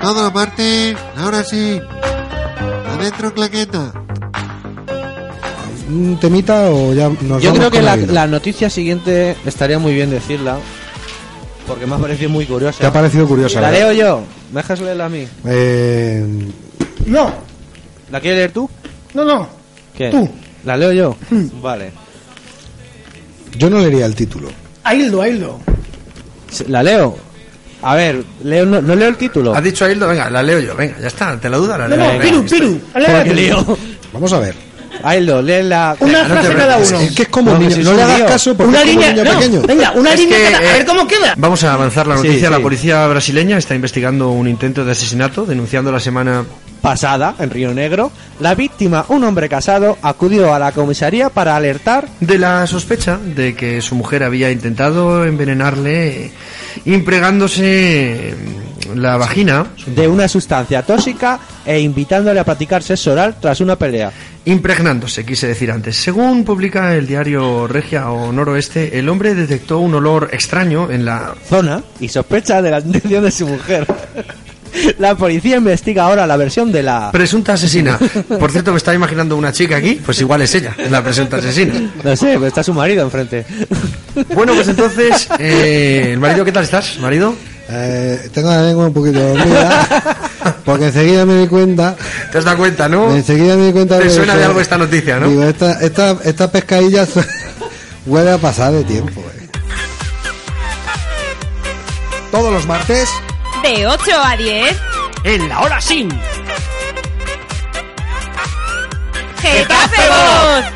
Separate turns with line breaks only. Todo, Martín. Ahora sí. Adentro, claqueta.
¿Un temita o ya nos
Yo
vamos
creo que
con
la,
vida?
la noticia siguiente estaría muy bien decirla. Porque me ha parecido muy curiosa.
Te ha parecido curiosa.
La
¿verdad?
leo yo. ¿Me dejas leerla a mí?
Eh,
No,
¿La quieres leer tú?
no, no.
¿Qué?
Tú.
¿La leo yo? Vale.
yo no leería el título.
A Hildo, a Hildo.
Se- ¿La leo? A ver, leo, no, no leo el título.
¿Has dicho a Hildo? Venga, la leo yo. Venga, ya está. Ante la duda la
No,
leo.
no,
Venga,
Piru,
listo.
Piru.
Joder,
alégrate.
qué lío.
Vamos a ver.
Aildo, lee la...
Una
Venga, no te
frase cada
preocupes.
uno.
Es que es como
No,
niño-
si es
no
un
le hagas
lío.
caso porque
una
es como
línea,
niño
no,
pequeño.
venga, una
Es
línea
que,
cada- A
eh,
ver cómo queda.
Vamos a avanzar la
Sí,
noticia. La
sí.
policía brasileña está investigando un intento de asesinato, denunciando la semana.
pasada, en Río Negro, la víctima, un hombre casado, acudió a la comisaría para alertar
De la sospecha de que su mujer había intentado envenenarle impregándose mm, la vagina,
de una sustancia tóxica e invitándole a practicar sexo oral tras una pelea.
impregnándose, quise decir antes. Según publica el diario Regia o Noroeste, el hombre detectó un olor extraño en la
Zona y sospecha de la intención de su mujer. La policía investiga ahora la versión de la...
presunta asesina. Por cierto, me estaba imaginando una chica aquí, pues igual es ella, la presunta asesina.
No sé, pero está su marido enfrente.
Bueno, pues entonces, eh, el marido, ¿qué tal estás, marido?
Eh, tengo la lengua un poquito dormida porque enseguida me di cuenta
¿Te has dado cuenta, no?
enseguida me di cuenta
Te
digo,
suena de
que-
algo esta noticia, ¿no?
digo, esta, esta, esta pescadilla su- huele a pasar de tiempo eh. todos los martes
De 8 a 10.
En la hora sin.
Getafe Voz.